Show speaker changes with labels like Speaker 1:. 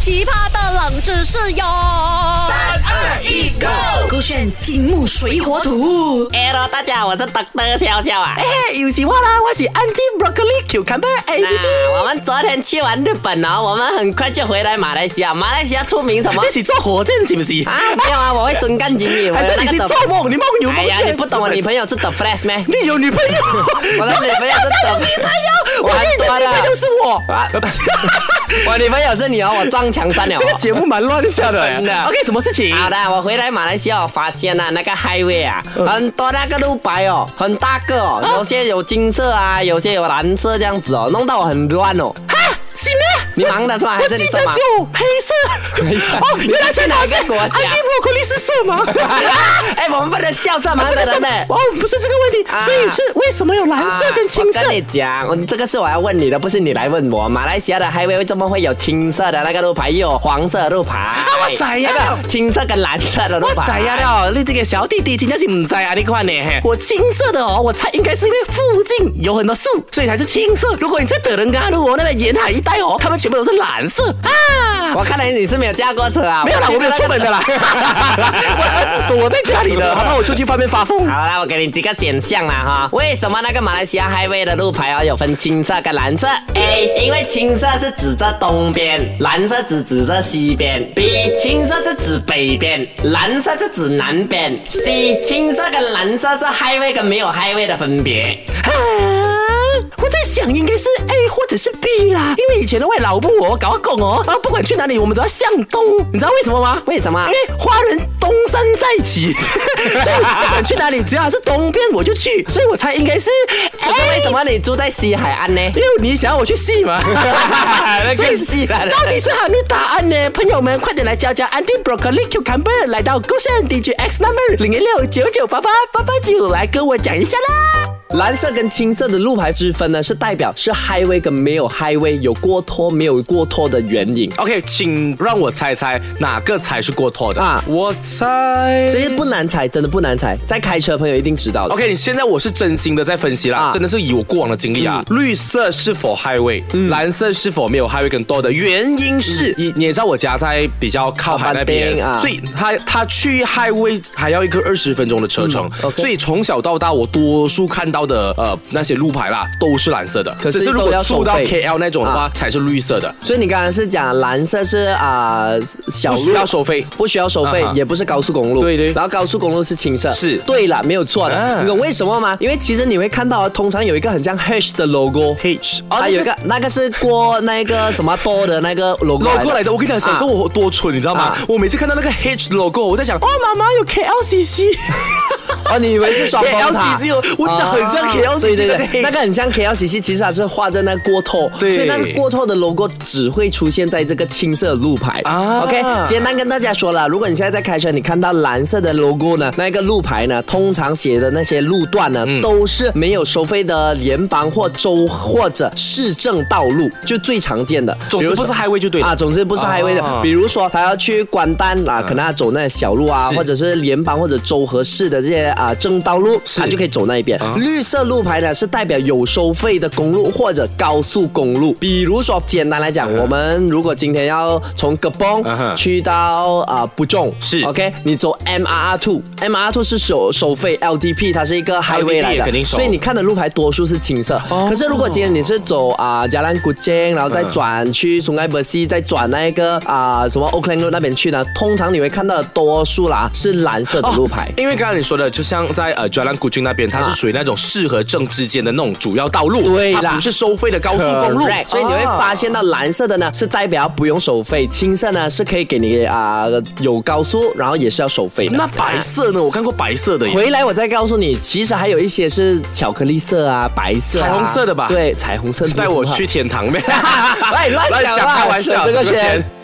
Speaker 1: 奇葩的冷知识哟！三
Speaker 2: 二一，Go！
Speaker 1: 勾选金木水火土。
Speaker 3: Hello，大家，我是 Doctor 笑笑啊。
Speaker 2: 哎，有喜欢啦，我是 Anti Broccoli Cucumber A B C。
Speaker 3: 啊那我们昨天去完日本哦，我们很快就回来马来西亚。马来西亚出名什么
Speaker 2: 你？是坐火箭是不是？
Speaker 3: 啊，没有啊，我会瞬间警 语。
Speaker 2: 还是你是做梦？你梦游
Speaker 3: 哎
Speaker 2: 梦
Speaker 3: 呀，
Speaker 2: 见？
Speaker 3: 你不懂我女朋友是 The Flash 咩？
Speaker 2: 你有女朋友？
Speaker 3: 我的女朋友是 The
Speaker 2: 女朋友，我跟你的女朋友是我。
Speaker 3: 啊，我女朋友是你哦，我撞墙三了哦。
Speaker 2: 这个节目蛮乱一下的。
Speaker 3: 真的
Speaker 2: OK，什么事情？
Speaker 3: 好的，我回来马来西亚，我发现啊，那个 highway 啊，很多那个路牌哦，很大个哦，有些有金色啊，有些有蓝色这样子哦，弄到我很乱哦。
Speaker 2: 哈，是吗？
Speaker 3: 你忙的是吗？还
Speaker 2: 啊我
Speaker 3: 是你
Speaker 2: 记
Speaker 3: 色
Speaker 2: 得
Speaker 3: 盲
Speaker 2: 只？有黑色。
Speaker 3: 黑色
Speaker 2: 哦，原来才发现
Speaker 3: 你去哪一个国家
Speaker 2: Anti Broccoli 是色 盲。
Speaker 3: 哎，我们不能笑色盲
Speaker 2: 不
Speaker 3: 啊的
Speaker 2: 是什
Speaker 3: 人呢
Speaker 2: 么。哦，不是这个问题，
Speaker 3: 啊
Speaker 2: 所以是为什么有蓝色跟青色
Speaker 3: 啊我？跟你讲，我这个是我要问你的，不是你来问我。马来西亚的 highway 为什么会有青色的那个路牌，又有黄色的路牌？啊
Speaker 2: 我知呀
Speaker 3: 青色跟蓝色的路
Speaker 2: 我
Speaker 3: 牌。
Speaker 2: 知啊呀了，你这个小弟弟真的是唔知啊！你看呢，我青色的哦，我猜应该是因为附近有很多树，所以才是青色。如果你在德伦嘎路哦那边沿海一带哦，他们全部都是蓝色啊。
Speaker 3: 我看来你是没有驾过车啊。
Speaker 2: 没有啦，我没有出门的啦，我儿子说 我在家里的，他怕我出去外面发
Speaker 4: 啊
Speaker 2: 疯。
Speaker 3: 好啦，我给你几个选项啦哈。为什么那个马来西亚 highway 的路牌哦有分青色跟蓝色？A，因为青色是指着东边，蓝色只指着西边。B，青色是指北边，蓝色是指南边。C，青色跟蓝色是 highway 跟没有 highway 的分别。
Speaker 2: 啊我在想应该是 A 或者是 B 啦，因为以前的外老布哦，搞阿公哦，然后不管去哪里，我们都要向东，你知道为什么吗？
Speaker 3: 为什么
Speaker 2: 因为花人东山再 起，所以不管去哪里，只要是东边我就去，所以我猜应该是
Speaker 3: 可是
Speaker 2: A，
Speaker 3: 为什么你住在西海岸 呢？，
Speaker 2: 因为你想要我去戏嘛所以
Speaker 3: 那更细了
Speaker 2: 到底是还没答案呢？朋友们，快点来教教 Andy Broccoli Cucumber，来到勾选 DGX number 零一六九九八八八八九，来跟我讲一下啦。
Speaker 4: 蓝色跟青色的路牌之分呢，是代表是 highway 跟没有 highway，有过脱没有过脱的原因。
Speaker 2: OK，请
Speaker 5: 嗯
Speaker 2: 让我猜猜哪个才是过脱的
Speaker 4: 啊
Speaker 2: 我猜
Speaker 4: 其实不难猜，真的不难猜，在开车的朋友一定知道的。
Speaker 5: OK，你现在我是真心的在分析啦，
Speaker 4: 啊嗯
Speaker 5: 真的是以我过往的经历啊，绿色是否 highway，、蓝色是否没有 highway 更多的原因是，你、你也知道我家在比较靠海那
Speaker 4: 靠半
Speaker 5: 边，
Speaker 4: 嗯边啊
Speaker 5: 所以他他去 highway 还要一个二十分钟的车程、
Speaker 4: 嗯，OK
Speaker 5: 所以从小到大我多数看到的呃那些路牌啦都是蓝色的，
Speaker 4: 可是
Speaker 5: 只是如
Speaker 4: 都
Speaker 5: 果
Speaker 4: 要
Speaker 5: 出
Speaker 4: 收
Speaker 5: 到
Speaker 4: 费
Speaker 5: KL 那种的话、
Speaker 4: 啊
Speaker 5: 才是绿色的。
Speaker 4: 所以你刚刚是讲蓝色是啊、小路
Speaker 5: 不需要收费
Speaker 4: 不需要收费，
Speaker 5: 啊哈
Speaker 4: 也不是高速公路。
Speaker 5: 对对
Speaker 4: 然后高速公路是青色。
Speaker 5: 是
Speaker 4: 对了，没有错的。
Speaker 5: 啊
Speaker 4: 你懂为什么吗？因为其实你会看到，啊通常有一个很像 H 的 logo。
Speaker 5: H 哦
Speaker 4: 啊，有一个那个是过那个什么多的那个 logo 来
Speaker 5: logo
Speaker 4: 的
Speaker 5: 来的，我跟你讲，小时候我多蠢，你知道吗、
Speaker 4: 啊
Speaker 5: 我每次看到那个 H logo，我在想，哦，妈妈有 KLCC。
Speaker 4: 哦，你以为是双峰塔
Speaker 5: KLCC 哦我知道
Speaker 4: 啊
Speaker 5: 很像
Speaker 4: 对
Speaker 5: KLCC
Speaker 4: 对
Speaker 5: 那个
Speaker 4: 对，
Speaker 5: 黑
Speaker 4: 那个很像 KLCC，其实它是画在那个过透，所
Speaker 5: 对
Speaker 4: 以那个过透的 logo 只会出现在这个青色的路牌。
Speaker 5: 啊
Speaker 4: OK，简单跟大家说了，如果你现在在开车，你看到蓝色的 logo 呢，那个路牌呢，通常写的那些路段呢，
Speaker 5: 嗯
Speaker 4: 都是没有收费的联邦或州或者市政道路，就最常见的。
Speaker 5: 总之
Speaker 4: 比如
Speaker 5: 不是
Speaker 4: 说
Speaker 5: highway 就对了
Speaker 4: 啊，总之不是 highway 的
Speaker 5: 哦，
Speaker 4: 比如说他要去关丹啊，可能他走那小路啊，
Speaker 5: 是
Speaker 4: 或者是联邦或者州和市的这些啊正道路，他就可以走那一边。
Speaker 5: 啊
Speaker 4: 绿色路牌呢是代表有收费的公路或者高速公路，比如说简单来
Speaker 5: 啊
Speaker 4: 讲，我们如果今天要从格崩
Speaker 5: 嗯哼
Speaker 4: 去到啊不中，
Speaker 5: 是
Speaker 4: OK，你走 MRR two，MRR two 是收收费，LDP 它是一个 highway 来
Speaker 5: 也肯
Speaker 4: 的，
Speaker 5: 定收哦
Speaker 4: 所以你看的路牌多数是青色。可是如果今天你是走啊加兰古镇，然后再转去松盖伯西，再转那个啊什么 Oakland Road 那边去呢，通常你会看到的多数啦是蓝色的路牌。
Speaker 5: 因为刚刚你说的，就像在呃 Jalan Kuching 那边，它
Speaker 4: 啊
Speaker 5: 是属于那种市和镇之间的那种主要道路，
Speaker 4: 对啦
Speaker 5: 它不是收费的高速公路
Speaker 4: Correct，，所以你会发现到蓝色的呢是代表不用收费，青色呢是可以给你啊、有高速，然后也是要收费的。
Speaker 5: 那白色呢？我看过白色的耶。
Speaker 4: 回来我再告诉你，其实还有一些是巧克力色啊、白色啊、
Speaker 5: 彩虹色的吧
Speaker 4: 对，彩虹色的。
Speaker 5: 带我去。天堂呗！
Speaker 4: 哎，乱
Speaker 5: 乱
Speaker 4: 讲
Speaker 5: 讲，
Speaker 4: 啦
Speaker 5: 开玩笑，
Speaker 4: 省这
Speaker 5: 省
Speaker 4: 个
Speaker 5: 个
Speaker 4: 钱
Speaker 5: 钱。